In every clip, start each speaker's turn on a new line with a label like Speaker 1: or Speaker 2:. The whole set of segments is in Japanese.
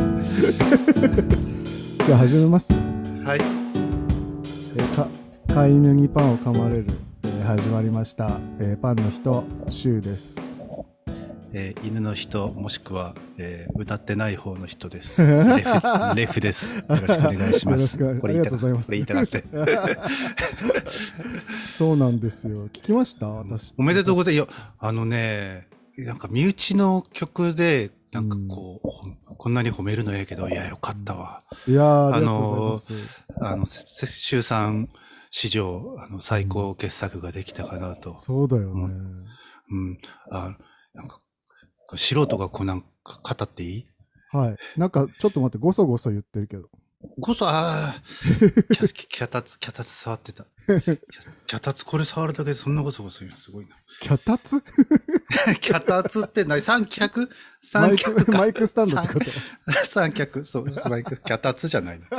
Speaker 1: じゃあ始めます。
Speaker 2: はい。
Speaker 1: えーか飼い犬にパンを噛まれる、えー始まりました。えーパンの人、シュウです。
Speaker 2: えー犬の人、もしくは、えー歌ってない方の人 です。レフレフです。よろしくお願いしま
Speaker 1: よろし
Speaker 2: す。
Speaker 1: く
Speaker 2: これ言いた
Speaker 1: ありがとうございます
Speaker 2: これ言いたかった。
Speaker 1: そうなんですよ。聞きました私。
Speaker 2: おめでとうご
Speaker 1: ざい
Speaker 2: ざいます。いや、あのね、なんか身内の曲で、なんかこう、ほんこんなに褒めるのやけど、いや、よかったわ。
Speaker 1: ます。いやー、あ
Speaker 2: あ
Speaker 1: りがとうご
Speaker 2: の
Speaker 1: ざいます。
Speaker 2: ー、あの、せせ週3史上、あの、最高傑作ができたかなと。
Speaker 1: そうだよ
Speaker 2: う
Speaker 1: ね。
Speaker 2: うん。あなんか、素人がこうなんか語っていい
Speaker 1: はい。なんか、ちょっと待って、ごそごそ言ってるけど。
Speaker 2: こそ、ああ、キャキャタツ、キャタツ触ってた。キャキャタツ、これ触るだけでそんなこそこそ言うのすごいな。
Speaker 1: 脚立
Speaker 2: キャタツって何三脚
Speaker 1: マ
Speaker 2: 三
Speaker 1: イ
Speaker 2: 脚
Speaker 1: ク、マ
Speaker 2: か。
Speaker 1: イクスタンドってこと
Speaker 2: 三脚、そう、マイク、キャタツじゃないの。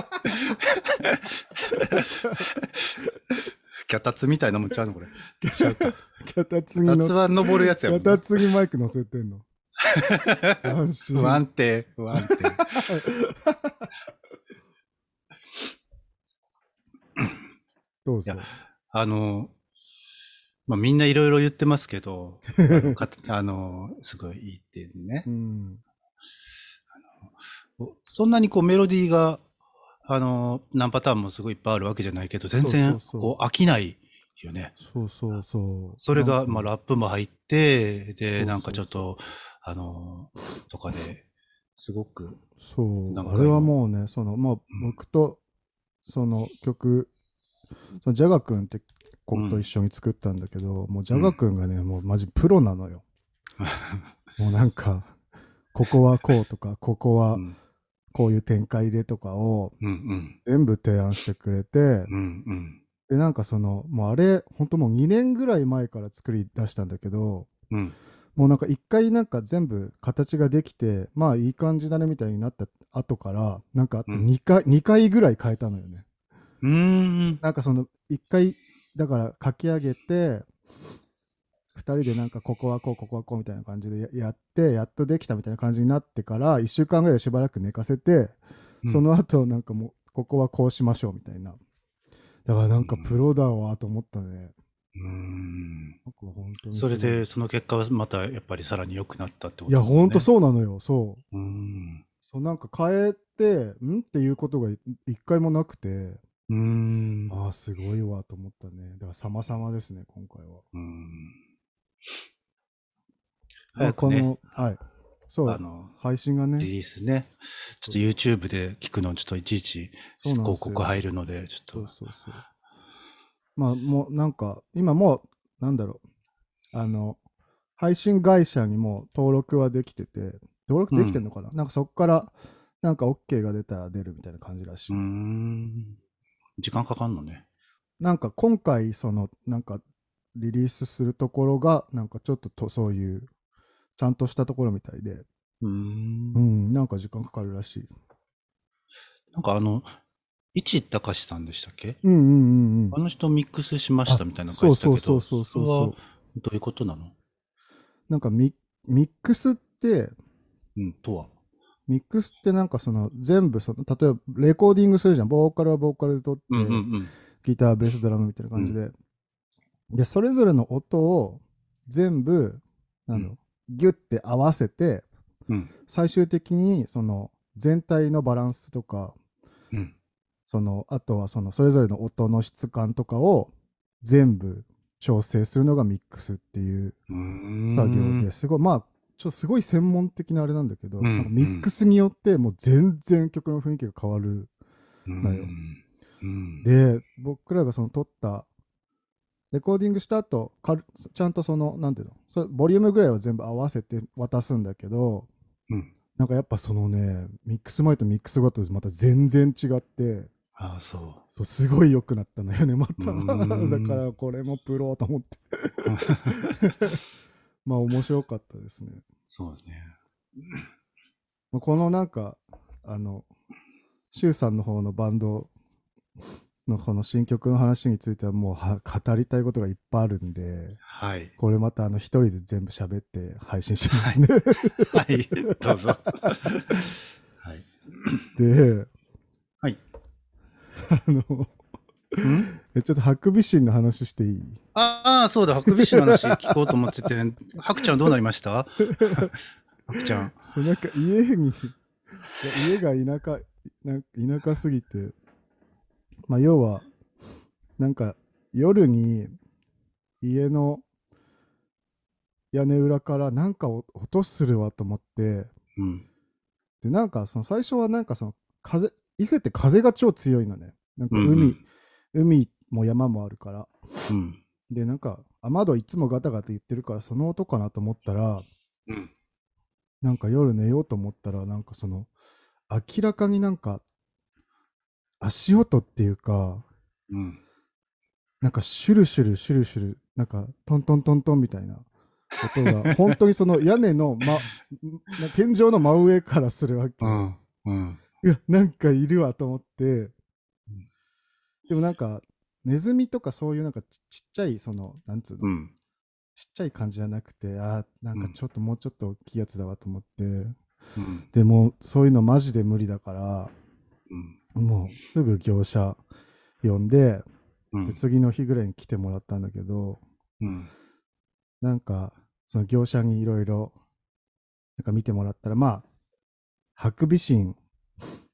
Speaker 2: キャタツみたいなもんちゃうのこれ。ちゃうか。
Speaker 1: 脚立
Speaker 2: キ
Speaker 1: に
Speaker 2: ャタ
Speaker 1: の
Speaker 2: ツは登るやつやもんな
Speaker 1: 脚。立にマイク乗せてんの。安心
Speaker 2: 不安定、不安定。
Speaker 1: どうぞ
Speaker 2: い。あの、まあ、みんないろいろ言ってますけ ど、あのかあの、すごいいいっていうね
Speaker 1: う。ん。
Speaker 2: そんなにこうメロディーが、あの、何パターンもすごいいっぱいあるわけじゃないけど、全然
Speaker 1: そうそうそう
Speaker 2: こう飽きないよね。
Speaker 1: そうそうそう。
Speaker 2: それが、
Speaker 1: なんか
Speaker 2: まあラップも入って、
Speaker 1: そう
Speaker 2: で、
Speaker 1: そう
Speaker 2: なんかちょっと、あの、とかで、すごく、
Speaker 1: そう。
Speaker 2: なんか
Speaker 1: あれはもうね、その、まあ、僕と、その曲、そのジャガ君って子と一緒に作ったんだけど、もうジャガ君がね、もうマジプロな のよ。もうなんか、ここはこうとか、ここ
Speaker 2: う
Speaker 1: は
Speaker 2: ん、
Speaker 1: こういう展開でとかを
Speaker 2: うん、うん、
Speaker 1: 全部提案してくれて、
Speaker 2: うん、うん、
Speaker 1: で、なんかその、もうあれ、ほんともう2年ぐらい前から作り出したんだけど、
Speaker 2: うん、
Speaker 1: もうなんか一回なんか全部形ができてまあいい感じだねみたいになった後からなんかあと
Speaker 2: うん
Speaker 1: 2回、二回ぐらい変えたのよね
Speaker 2: うーん、
Speaker 1: なんかその一回だから書き上げて2人でなんかここはこうここはこうみたいな感じでややってやっとできたみたいな感じになってから1週間ぐらいしばらく寝かせて、
Speaker 2: うん
Speaker 1: その後なんかもうここはこうしましょうみたいなだからなんかプロだわと思ったね、
Speaker 2: うーん。
Speaker 1: なんか本当にす
Speaker 2: そ
Speaker 1: ごい
Speaker 2: れで、その結果はまたやっぱりさらに良くなったってこと
Speaker 1: いやほんと
Speaker 2: う。
Speaker 1: そうなのよそう
Speaker 2: うん。
Speaker 1: そうなんか変えてんっていうことがい一回もなくて
Speaker 2: うーん。
Speaker 1: ああすごいわと思ったねだから様々ですね今回は、
Speaker 2: うん。
Speaker 1: まあ
Speaker 2: 早く
Speaker 1: こ
Speaker 2: ね、
Speaker 1: のはいそう
Speaker 2: あの、
Speaker 1: 配信が
Speaker 2: リ
Speaker 1: ね
Speaker 2: リースね。ちょっと YouTube で聞くのちょっといちいち
Speaker 1: そうなんですよ
Speaker 2: 広告入るので、ち
Speaker 1: そ
Speaker 2: ょっ
Speaker 1: う
Speaker 2: と。
Speaker 1: そうそうまあもうなんか今もうなんだろうあの配信会社にも登録はできてて登録できてんのかな、なんかそっからなんか OK が出たら出るみたいな感じらしい、
Speaker 2: うーん。時間かかんのね。
Speaker 1: なんか今回そのなんかリリースするところがなんかちょっととそういうちゃんとしたところみたいで
Speaker 2: うー。
Speaker 1: うんんなんか時間かかるらしい
Speaker 2: なんかあの、市隆さんでしたっけ
Speaker 1: うんうんうんうん
Speaker 2: あの人ミックスしましたみたいな
Speaker 1: そ
Speaker 2: 感
Speaker 1: う
Speaker 2: じだけ
Speaker 1: そ
Speaker 2: ど、
Speaker 1: うそうそうそう
Speaker 2: れは
Speaker 1: そう
Speaker 2: どういうことなの
Speaker 1: なんかミミックスって
Speaker 2: うん、とは。
Speaker 1: ミックスってなんかその全部その例えばレコーディングするじゃんボーカルはボーカルで撮って、
Speaker 2: うんうんうん。
Speaker 1: ギターベースドラムみたいな感じで、でそれぞれの音を全部なんだろうギュッて合わせて
Speaker 2: うん。
Speaker 1: 最終的にその全体のバランスとか
Speaker 2: うん。
Speaker 1: そのあとはそのそれぞれの音の質感とかを全部調整するのがミックスっていう
Speaker 2: うーん
Speaker 1: 作業ですごいまあちょっとすごい専門的なあれなんだけど、
Speaker 2: うん
Speaker 1: なんかミックスによってもう全然曲の雰囲気が変わる、だよ
Speaker 2: うん。
Speaker 1: で僕らがその撮ったレコーディングした後かるちゃんとそのなんていうのそれボリュームぐらいは全部合わせて渡すんだけど
Speaker 2: うん。
Speaker 1: なんかやっぱそのねミックス前とミックス後とまた全然違って
Speaker 2: ああ、そう。
Speaker 1: そうすごい良くなったんだよねまた
Speaker 2: うーん
Speaker 1: だからこれもプロと 思ってまあ面白かったですね、
Speaker 2: そうですね。
Speaker 1: まあこのなんかあのシュウさんの方のバンドのこの新曲の話についてはもうは語りたいことがいっぱいあるんで、
Speaker 2: はい。
Speaker 1: これまたあの一人で全部喋って配信しますね。
Speaker 2: はい。どうぞ。はい。
Speaker 1: で、
Speaker 2: はい。
Speaker 1: あの、えちょっとハクビシンの話していい
Speaker 2: ああ、そうだ。ハクビシンの話聞こうと思ってて、ハクちゃんどうなりましたハクちゃん。
Speaker 1: そうなんか家に、いや家が田舎、なんか田舎すぎて、まあ要は、なんか夜に家の屋根裏からなんかお音するわと思って、
Speaker 2: うん。
Speaker 1: でなんかその最初はなんかその風伊勢って風が超強いのねなんか海、海も山もあるから
Speaker 2: うん。
Speaker 1: でなんか雨戸いつもガタガタ言ってるからその音かなと思ったら
Speaker 2: うん。
Speaker 1: なんか夜寝ようと思ったらなんかその明らかになんか足音っていうか
Speaker 2: うん。
Speaker 1: なんかシュルシュルシュルシュルなんかトントントントンみたいな音 が本当にその屋根の、ま、天井の真上からするわけ、
Speaker 2: うん。うん。
Speaker 1: いやなんかいるわと思って
Speaker 2: ん
Speaker 1: でもなんかネズミとかそういうなんかちちっちゃいそのなんつうの、
Speaker 2: うん。
Speaker 1: ちっちゃい感じじゃなくてあーなんかちょっともうちょっと大きいやつだわと思って、
Speaker 2: うん。
Speaker 1: でもそういうのマジで無理だから
Speaker 2: うん。
Speaker 1: もうすぐ業者呼んで
Speaker 2: うん
Speaker 1: で次の日ぐらいに来てもらったんだけど
Speaker 2: うん。
Speaker 1: なんかその業者にいろいろなんか見てもらったらまあハクビシン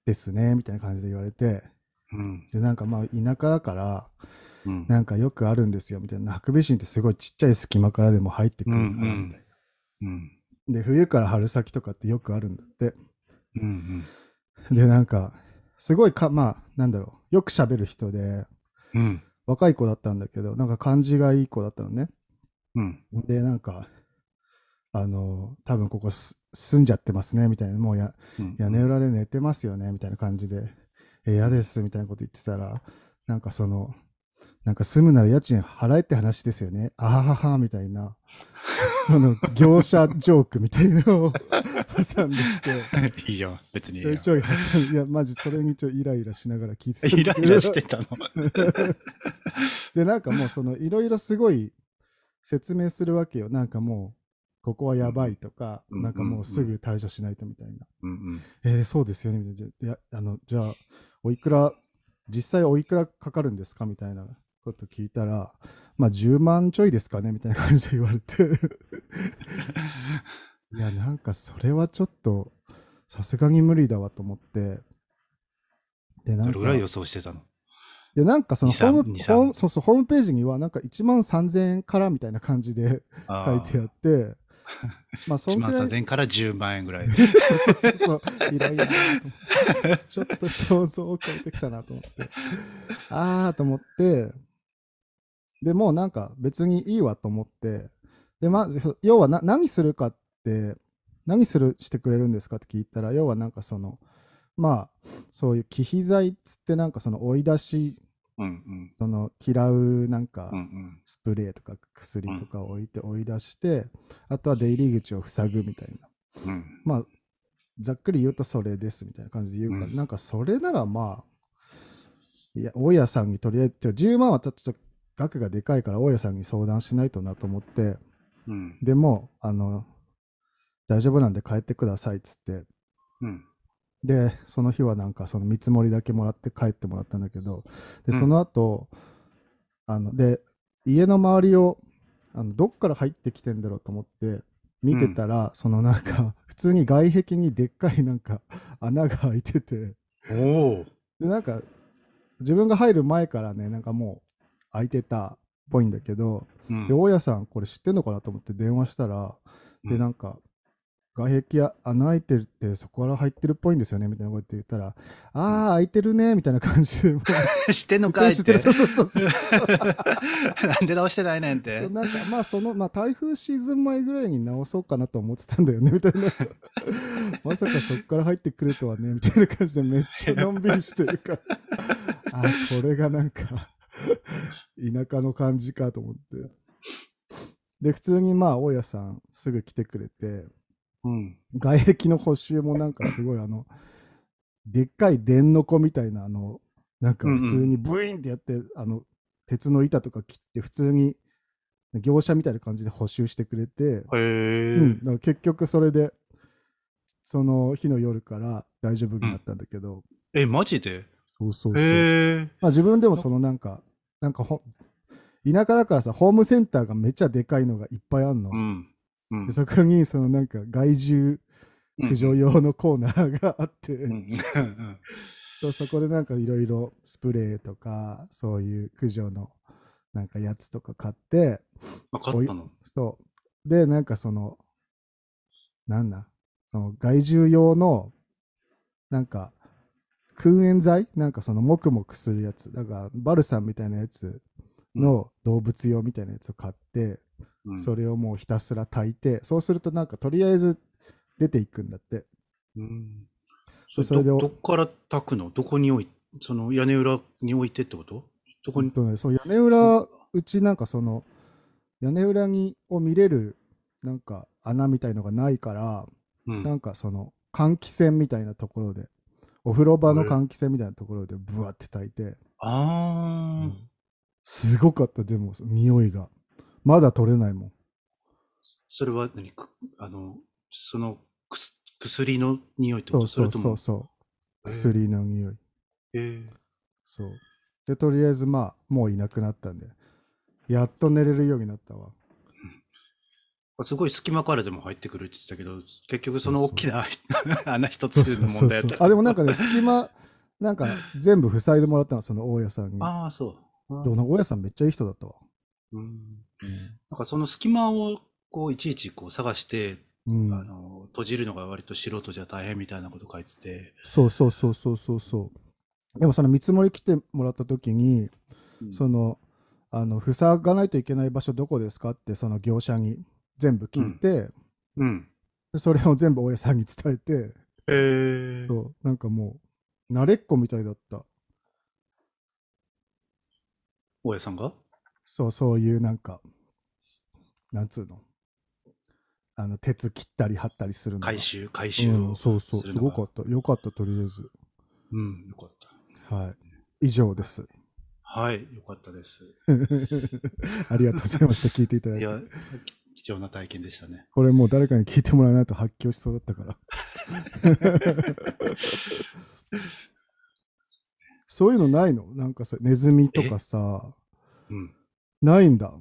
Speaker 1: ですねみたいな感じで言われて
Speaker 2: うん。
Speaker 1: でなんかまあ田舎だから
Speaker 2: うん。
Speaker 1: なんかよくあるんですよみたいなハクビシンってすごいちっちゃい隙間からでも入ってくるからみたいな、
Speaker 2: うん。
Speaker 1: で冬から春先とかってよくあるんだって
Speaker 2: うん。
Speaker 1: でなんかすごいかまあなんだろうよく喋る人で
Speaker 2: うん。
Speaker 1: 若い子だったんだけどなんか感じがいい子だったのね
Speaker 2: うん。
Speaker 1: でなんかあの多分ここす住んじゃってますねみたいなもうや
Speaker 2: うん。
Speaker 1: 屋根裏で寝てますよねみたいな感じで「え嫌です」みたいなこと言ってたらなんかそのなんか住むなら家賃払えって話ですよねあはははみたいなその業者ジョークみたいのを挟んできて。
Speaker 2: いいじゃん。別にいい
Speaker 1: ちょい
Speaker 2: や
Speaker 1: ちょい挟んでいやマジそれにちょいイライラしながら聞いてたん
Speaker 2: イ
Speaker 1: だ
Speaker 2: ラ
Speaker 1: けど
Speaker 2: イラしてたの。
Speaker 1: でなんかもうそのいろいろすごい説明するわけよなんかもうここはやばいとか、
Speaker 2: うん
Speaker 1: なんかもうすぐ対処しないとみたいな、
Speaker 2: うんうん。
Speaker 1: えーそうですよねみたいなじゃあのじゃあおいくら実際おいくらかかるんですかみたいなこと聞いたらまあ10万ちょいですかねみたいな感じで言われて いやなんかそれはちょっとさすがに無理だわと思ってでな
Speaker 2: ど
Speaker 1: ん
Speaker 2: れぐら
Speaker 1: か
Speaker 2: い予想してたの
Speaker 1: いやなんかその
Speaker 2: 2
Speaker 1: ホーム
Speaker 2: 3
Speaker 1: ホームそうそうホームページにはなんか1万3000円からみたいな感じで書いてあってまあそ
Speaker 2: 1
Speaker 1: ん
Speaker 2: 万
Speaker 1: くらい
Speaker 2: 3000円から10万円ぐらい。
Speaker 1: そうそうそうそう。いろいろなと思って。ちょっと想像を超えてきたなと思って。あーと思って。でもうなんか別にいいわと思って。で、まず、要はな何するかって、何するしてくれるんですかって聞いたら、要はなんかその、まあ、そういう忌避剤っつってなんかその追い出し、
Speaker 2: うんうん
Speaker 1: その嫌うなんか、
Speaker 2: うんうん
Speaker 1: スプレーとか薬とかを置いて追い出して、あとは出入り口を塞ぐみたいな。
Speaker 2: うん
Speaker 1: まあ、ざっくり言うとそれですみたいな感じで言うから、
Speaker 2: うん
Speaker 1: なんかそれならまあ、いや、大家さんにとりあえず、てか10万はちょっと額がでかいから、大家さんに相談しないとなと思って、
Speaker 2: うん
Speaker 1: でも、あの、大丈夫なんで帰ってくださいっつって、
Speaker 2: うん
Speaker 1: で、その日はなんかその見積もりだけもらって帰ってもらったんだけど、で、
Speaker 2: うん
Speaker 1: その後、あの、で、家の周りを、あのどっから入ってきてんだろうと思って見てたら、そのなんか 普通に外壁にでっかいなんか穴が開いててで
Speaker 2: おお
Speaker 1: なんか自分が入る前からねなんかもう開いてたっぽいんだけど、
Speaker 2: うん
Speaker 1: で大家さんこれ知ってんのかなと思って電話したら、
Speaker 2: う
Speaker 1: で
Speaker 2: ん
Speaker 1: なんか外壁や穴開いてるってそこから入ってるっぽいんですよねみたいなこと言ったら「ああ開いてるね」みたいな感じで もう
Speaker 2: してんのかいっ
Speaker 1: 知ってる。そうそうそうそう
Speaker 2: なんで直してないねんって
Speaker 1: そう。なんかまあその、まあ、台風シーズン前ぐらいに直そうかなと思ってたんだよねみたいな まさかそこから入ってくるとはねみたいな感じでめっちゃのんびりしてるからあーこれがなんか田舎の感じかと思ってで普通にまあ大家さんすぐ来てくれて
Speaker 2: うん
Speaker 1: 外壁の補修もなんかすごいあのでっかい電のこみたいなあのなんか普通にブイーンってやって、あの鉄の板とか切って普通に業者みたいな感じで補修してくれて、
Speaker 2: へえ、
Speaker 1: うん、だから結局それでその日の夜から大丈夫になったんだけど、
Speaker 2: え、マジで
Speaker 1: そうそうそう、
Speaker 2: へえ。
Speaker 1: まあ、自分でもそのなんかなんかほん田舎だからさホームセンターがめっちゃでかいのがいっぱいあんの、
Speaker 2: うん。うん
Speaker 1: で。そこにそのなんか害獣駆除用のコーナーがあって、
Speaker 2: うんうん
Speaker 1: そうそこでなんかいろいろスプレーとかそういう駆除のなんかやつとか買って
Speaker 2: あ、買ったの。
Speaker 1: そうでなんかそのなんだその害獣用のなんか燻煙剤なんかそのもくもくするやつだからバルサンみたいなやつの動物用みたいなやつを買って、
Speaker 2: うん
Speaker 1: それをもうひたすら炊いてそうするとなんかとりあえず出ていくんだって
Speaker 2: うん
Speaker 1: そう
Speaker 2: そ
Speaker 1: そ
Speaker 2: れ
Speaker 1: れで
Speaker 2: どどっから炊くのどこに置いその屋根裏に置いてってことどこ
Speaker 1: ほん
Speaker 2: に
Speaker 1: とねそう屋根裏うちなんかその屋根裏にを見れるなんか穴みたいのがないから、
Speaker 2: うん
Speaker 1: なんかその換気扇みたいなところでお風呂場の換気扇みたいなところでブワって炊いて
Speaker 2: あー
Speaker 1: すごかったでも匂いがまだ取れないもん
Speaker 2: それは何くあのそのくす薬の匂いって
Speaker 1: そ
Speaker 2: こと
Speaker 1: うそうそう
Speaker 2: そ
Speaker 1: そ
Speaker 2: れと
Speaker 1: う
Speaker 2: も
Speaker 1: 薬の匂い
Speaker 2: えーえ
Speaker 1: そうでとりあえずまあもういなくなったんでやっと寝れるようになったわ
Speaker 2: ーすごい隙間からでも入ってくるって言ってたけど結局その
Speaker 1: そ
Speaker 2: 大
Speaker 1: うそう
Speaker 2: きな 穴一つ
Speaker 1: そうそ
Speaker 2: の
Speaker 1: うそ
Speaker 2: 問
Speaker 1: う
Speaker 2: 題だ
Speaker 1: そ
Speaker 2: っ
Speaker 1: う
Speaker 2: た
Speaker 1: あでもなんかね隙間なんか全部塞いでもらったのその大家さんに
Speaker 2: ああそうあー
Speaker 1: でもな大家さんめっちゃいい人だったわ
Speaker 2: うんなんかその隙間をこういちいちこう探して、
Speaker 1: うん、
Speaker 2: あの閉じるのが割と素人じゃ大変みたいなこと書いてて、
Speaker 1: そうそうそうそうそうそうでもその見積もり来てもらった時に
Speaker 2: うん
Speaker 1: そのあの塞がないといけない場所どこですかってその業者に全部聞いて、
Speaker 2: うん
Speaker 1: でそれを全部大家さんに伝えて
Speaker 2: えー、
Speaker 1: そうなんかもう慣れっこみたいだった
Speaker 2: 大家さんが
Speaker 1: そうそういうなんかなんつうのあの鉄切ったり貼ったりするのが
Speaker 2: 回収回収を、
Speaker 1: うん、そうそう
Speaker 2: する
Speaker 1: す
Speaker 2: のが
Speaker 1: ごかったよかったとりあえず
Speaker 2: うんよかった
Speaker 1: はい以上です
Speaker 2: はいよかったです
Speaker 1: ありがとうございました聞いていただい
Speaker 2: い
Speaker 1: て
Speaker 2: やき貴重な体験でしたね
Speaker 1: これもう誰かに聞いてもらわないと発狂しそうだったから。 そういうのないのなんかさ、ネズミとかさ、
Speaker 2: うん
Speaker 1: ないんだ。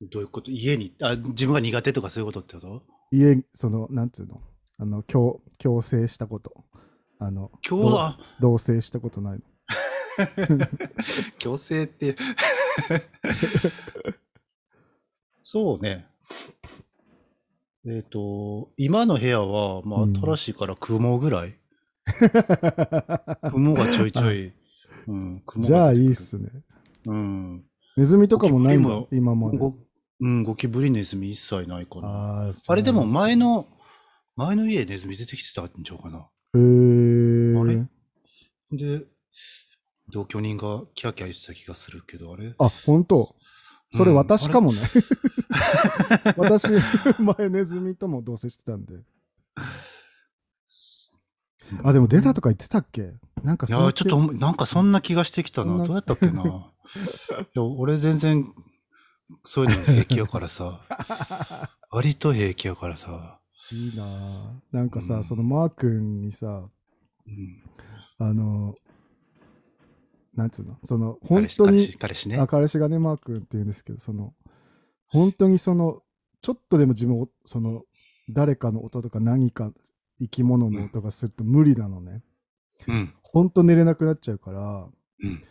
Speaker 2: どういうこと家にあ自分が苦手とかそういうことってこと
Speaker 1: 家、その、なんつうのあの、強、強制したこと。あの、
Speaker 2: 強
Speaker 1: どう
Speaker 2: あ
Speaker 1: 同棲したことないの。
Speaker 2: 強制って そうねえっ、と今の部屋は、まあ
Speaker 1: うん、
Speaker 2: 新しいから雲ぐらい、 雲がちょいちょ い、うん、雲が
Speaker 1: じゃあいいっ
Speaker 2: 出てく
Speaker 1: すね。
Speaker 2: るうん
Speaker 1: ネズミとかもないんだ
Speaker 2: ゴ、キ
Speaker 1: 今まで。
Speaker 2: ごうん、ゴキブリネズミ一切ないかな。あ
Speaker 1: あー
Speaker 2: れでも
Speaker 1: じゃあ
Speaker 2: 前の、前の家ネズミ出てきてたんちゃうかな。
Speaker 1: へー
Speaker 2: あれで、同居人がキャーキャー言ってた気がするけど、あれ
Speaker 1: あ、本当。それ
Speaker 2: うん
Speaker 1: 私かもね。 私、前ネズミとも同棲してたんで。あ、でも出たとか言ってたっけなんか
Speaker 2: い
Speaker 1: そ
Speaker 2: や
Speaker 1: う
Speaker 2: ー、ちょっと思い、なんかそんな気がしてきた
Speaker 1: そ
Speaker 2: な。
Speaker 1: んな
Speaker 2: どうやったっけ な。いや、俺全然、そういうの平気やから さ。割と平気やからさ。
Speaker 1: いいなぁなんか
Speaker 2: う
Speaker 1: さ、
Speaker 2: ん
Speaker 1: そのマー君にさ、
Speaker 2: うん、
Speaker 1: あの、なんつうの、その、本
Speaker 2: 彼氏、
Speaker 1: 当
Speaker 2: 彼
Speaker 1: に
Speaker 2: 氏、、彼氏ね
Speaker 1: あ。彼氏がね、マー君って言うんですけど、その、本当にその、ちょっとでも自分を、その、誰かの音とか何か生き物の音がすると無理なのね。
Speaker 2: うん。
Speaker 1: ほんと寝れなくなっちゃうから、
Speaker 2: うん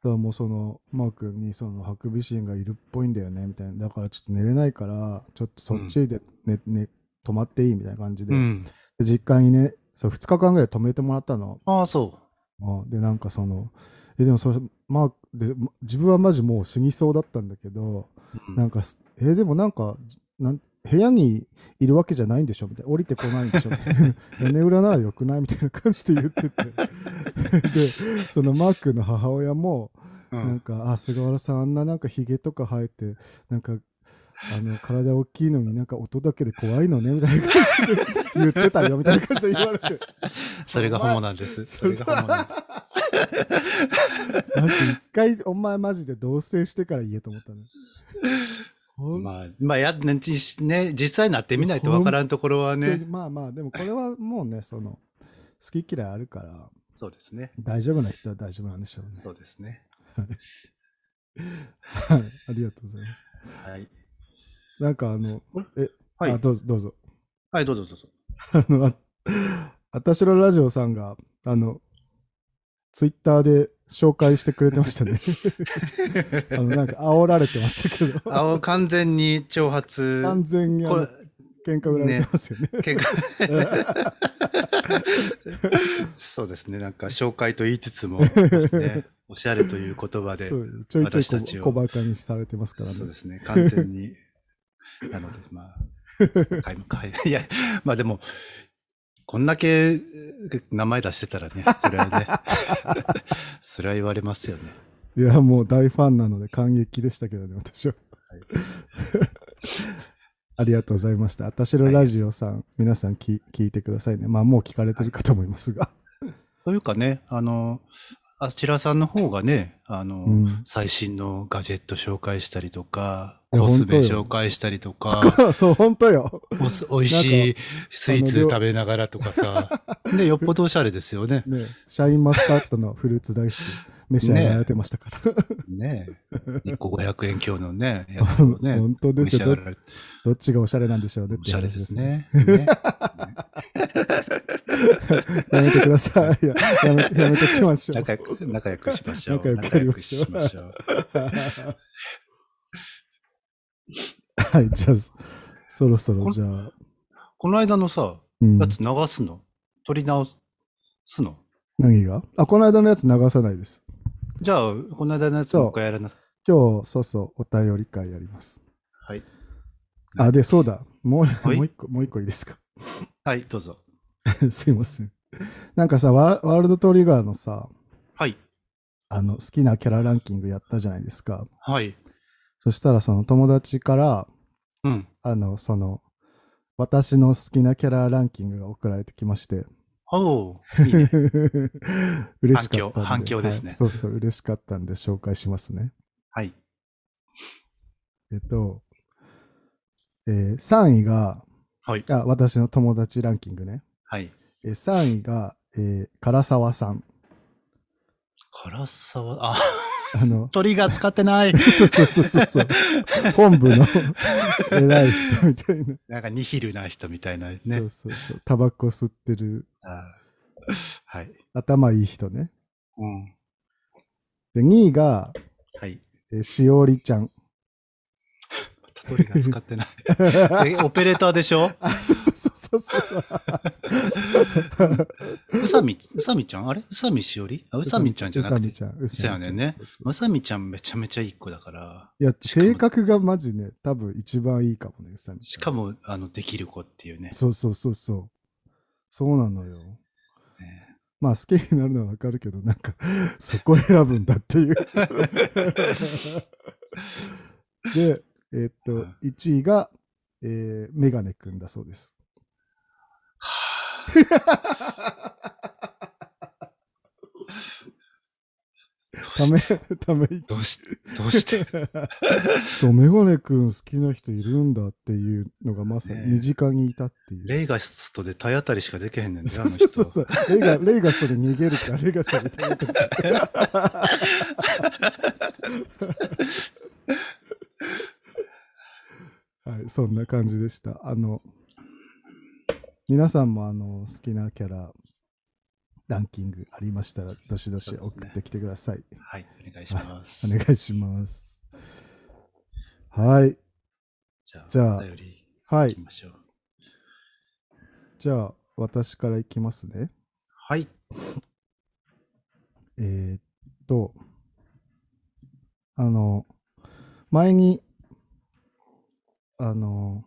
Speaker 1: だからもうそのマー君にそのハクビシンがいるっぽいんだよねみたいなだからちょっと寝れないからちょっとそっちで寝、ね泊まっていいみたいな感じで,、
Speaker 2: うん。
Speaker 1: で実家にねそう2日間ぐらい泊めてもらったの、
Speaker 2: ああ、そう。
Speaker 1: うんでなんかそのえでもそれマークでま自分はマジもう死にそうだったんだけど、
Speaker 2: うん
Speaker 1: なんかすえでもなんかなん部屋にいるわけじゃないんでしょみたいな降りてこないんで しょみたいな屋根裏ならよくないみたいな感じで言ってて でそのマークの母親も
Speaker 2: う
Speaker 1: なん
Speaker 2: ん。
Speaker 1: かあ菅原さんあんななんかひげとか生えてなんかあの体大きいのになんか音だけで怖いのねみたいな感じ で言ってたよみたいな感じで言われて
Speaker 2: それがホモなんです。それがホモなんです。
Speaker 1: マジ一回、お前マジで同棲してから言えと思ったね。ほん
Speaker 2: まあ、まあや、ね、じね実際になってみないとわからんところは
Speaker 1: 本当に
Speaker 2: ね、
Speaker 1: まあまあ、でもこれはもうね、その、好き嫌いあるから、
Speaker 2: そうですね。
Speaker 1: 大丈夫な人は大丈夫なんでしょうね。
Speaker 2: そうですね。
Speaker 1: はいありがとうございま
Speaker 2: はい。
Speaker 1: す。なんかあの、え、
Speaker 2: はい
Speaker 1: あどうぞ、どうぞ。
Speaker 2: はい、どうぞどうぞ。
Speaker 1: あの、ああたしろラジオさんが、あの、ツイッターで紹介してくれてました ね。あの、なんか煽られてましたけど、
Speaker 2: あお完全に挑発。
Speaker 1: 完全にあ
Speaker 2: こ
Speaker 1: の
Speaker 2: れ、
Speaker 1: 喧嘩売られてますよね。
Speaker 2: 喧嘩 そうですね、なんか紹介と言いつつ も、ね、おしゃれという言葉で
Speaker 1: そ、うちょいちょい
Speaker 2: 私たちを
Speaker 1: 小小バカにされてますから
Speaker 2: そう
Speaker 1: ね
Speaker 2: で。すね、完全に。なので、まあ、買い買いいや、まあでも、こんだけえー名前出してたらね、それは ね、それは言われますよね。
Speaker 1: いや、もう大ファンなので感激でしたけどね、私は。 ありがとうございました。あたしろラジオさん、皆さんき聞いてくださいね。まあ、もう聞かれてるかと思いますが。
Speaker 2: というかね、あの、あちらさんの方がね、あの、
Speaker 1: うん
Speaker 2: 最新のガジェット紹介したりとか、
Speaker 1: いや
Speaker 2: コスメ
Speaker 1: 本当よ
Speaker 2: 紹介したりとか、
Speaker 1: そう、本当よ。
Speaker 2: おす美味しいスイーツ
Speaker 1: あの
Speaker 2: 食べながらとか さ。で、よっぽどおしゃれですよね。
Speaker 1: ね、シャインマスカットのフルーツ大好き、召し上がられてましたから。
Speaker 2: ねえ。1個500円強の ね、や つをね。
Speaker 1: 本当です
Speaker 2: 召
Speaker 1: よ
Speaker 2: し上がられて
Speaker 1: どっちがおしゃれなんでしょうねっ
Speaker 2: お
Speaker 1: てい
Speaker 2: し
Speaker 1: う
Speaker 2: ゃれ
Speaker 1: 話
Speaker 2: です
Speaker 1: ね。
Speaker 2: ね。ね
Speaker 1: やめてください。いややめやめてきまし ょう。
Speaker 2: 仲良く、仲良くしましょう。
Speaker 1: 仲良くやりましょう
Speaker 2: 仲良くしましょう。
Speaker 1: はい、じゃあ、そろそろじゃあ、
Speaker 2: この間のさ、
Speaker 1: うん
Speaker 2: やつ流すの取り直すの
Speaker 1: 何があ、この間のやつ流さないです。
Speaker 2: じゃあ、この間のやつもう一回やらな。
Speaker 1: 今日、そうそう、お便り会やります。
Speaker 2: はい。
Speaker 1: あ、で、そうだ。もう、
Speaker 2: い
Speaker 1: もう一個、もう一個いいですか。
Speaker 2: はい、どうぞ。
Speaker 1: すいません。なんかさ、ワワールドトリガーのさ、
Speaker 2: はい。
Speaker 1: あの、好きなキャラランキングやったじゃないですか。
Speaker 2: はい。
Speaker 1: そしたら、その友達から、
Speaker 2: うん。
Speaker 1: あの、その、私の好きなキャラランキングが送られてきまして、
Speaker 2: おういい ね
Speaker 1: 嬉しかった
Speaker 2: 反響
Speaker 1: んで。
Speaker 2: 反響ですね
Speaker 1: はいそうそう、嬉しかったんで紹介しますね。
Speaker 2: はい。
Speaker 1: えっと、えー3位が、
Speaker 2: はい。
Speaker 1: あ、私の友達ランキングね。
Speaker 2: はい。
Speaker 1: えー3位が、えー唐沢さん。
Speaker 2: 唐沢、あ、、
Speaker 1: あ の
Speaker 2: 鳥が使ってない。
Speaker 1: そうそうそうそうそう。本 部の偉い人みたいな。
Speaker 2: なんかニヒルな人みたいな
Speaker 1: そ
Speaker 2: ね
Speaker 1: う。そうそう。タバコ吸ってる、
Speaker 2: あーはい。
Speaker 1: 頭いい人ね。
Speaker 2: うん。
Speaker 1: で、2位が、
Speaker 2: はい。
Speaker 1: えーしおりちゃん。
Speaker 2: また鳥が使って ない。え、オペレーターでしょ
Speaker 1: あ、そうそうそうそうそう。
Speaker 2: うさみ、うさみちゃんあれうさみしおりあ、うさみちゃんじゃなく
Speaker 1: う
Speaker 2: て。
Speaker 1: さみちゃん。う
Speaker 2: そうやねんね
Speaker 1: そうそう
Speaker 2: うさみちゃんめちゃめちゃいい子だから。
Speaker 1: いや、性格がマジね、多分一番いいかもね、うさみちゃん
Speaker 2: しかも、あの、できる子っていうね。
Speaker 1: そうそうそうそう。そうなのよ。
Speaker 2: ね
Speaker 1: まあ、好きになるのはわかるけど、なんか、そこ選ぶんだっていう。で、えっと、1位が、えー、メガネくんだそうです。ため、 ため息
Speaker 2: どうし、どうして、
Speaker 1: そう、メガネくん好きな人いるんだっていうのがまさ
Speaker 2: ねえ
Speaker 1: に身近にいたっていう。
Speaker 2: レイガストで体当たりしかできへんねんね、あ
Speaker 1: そう
Speaker 2: の
Speaker 1: そ
Speaker 2: 人。
Speaker 1: うそうそう。レイガ、レイガストで逃げるから、レイガストで逃げるから。はい、そんな感じでした。あの、皆さんもあの好きなキャラランキングありましたら、どしどし送ってきてください。
Speaker 2: はい、お願いします。
Speaker 1: お願いします。はい、
Speaker 2: じゃあ、
Speaker 1: じゃあ
Speaker 2: お便り
Speaker 1: は
Speaker 2: 行
Speaker 1: い
Speaker 2: き。ましょう。
Speaker 1: じゃあ、私からいきますね。
Speaker 2: はい。
Speaker 1: えーっと、あの、前に、あの、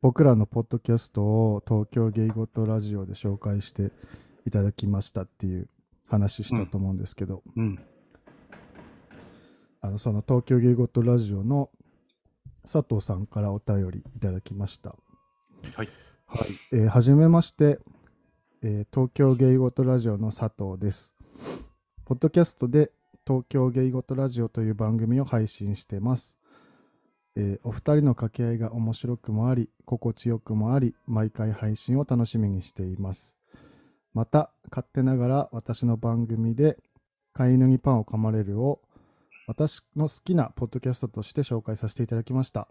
Speaker 1: 僕らのポッドキャストを東京ゲイゴトラジオで紹介していただきましたっていう話したと思うんですけど、
Speaker 2: うん。
Speaker 1: あのその東京ゲイゴトラジオの佐藤さんからお便りいただきました。
Speaker 2: はい。
Speaker 1: えーはじめまして、えー東京ゲイゴトラジオの佐藤です。ポッドキャストで東京ゲイゴトラジオという番組を配信してます。えーお二人の掛け合いが面白くもあり、心地よくもあり、毎回配信を楽しみにしています。また、勝手ながら私の番組で、飼い犬にパンを噛まれるを、私の好きなポッドキャストとして紹介させていただきました。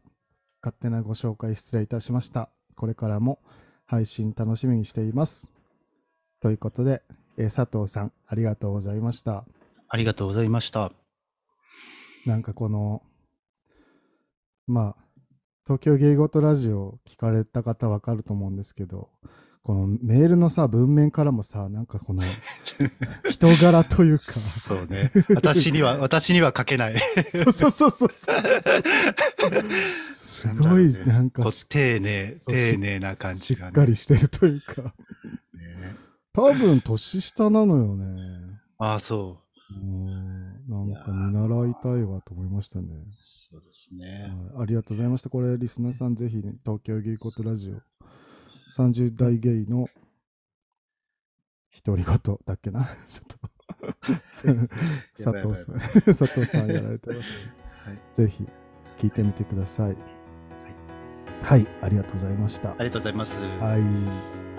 Speaker 1: 勝手なご紹介失礼いたしました。これからも配信楽しみにしています。ということで、えー佐藤さん、ありがとうございました。
Speaker 2: ありがとうございました。
Speaker 1: なんかこの、まあ、東京芸事ラジオ聞かれた方わかると思うんですけど、このメールのさ、文面からもさ、なんかこ の人柄というか、
Speaker 2: そうね。私には、私には書けない。
Speaker 1: そうそうそうそうそうそう。 すごい、なん
Speaker 2: こ
Speaker 1: か
Speaker 2: う
Speaker 1: し
Speaker 2: 丁寧、
Speaker 1: そう
Speaker 2: 丁寧な感
Speaker 1: し
Speaker 2: じが
Speaker 1: っ
Speaker 2: ね。
Speaker 1: かりしてるというか、
Speaker 2: ね
Speaker 1: 多分年下なのよね。
Speaker 2: ああ、そう。
Speaker 1: うんなんか見習いたいわと思いましたね。
Speaker 2: そうですね。
Speaker 1: はいありがとうございました。これ、リスナーさん、ぜひ、ね、東京ゲイコットラジオ、30代ゲイの独り言だっ けな。ちょっと
Speaker 2: や
Speaker 1: 佐
Speaker 2: ばいやばい
Speaker 1: 藤さん、 佐藤さんやられてます、ね。
Speaker 2: はい。
Speaker 1: ぜひ、聞いてみてください。はい、ありがとうございました。
Speaker 2: ありがとうございます。
Speaker 1: はい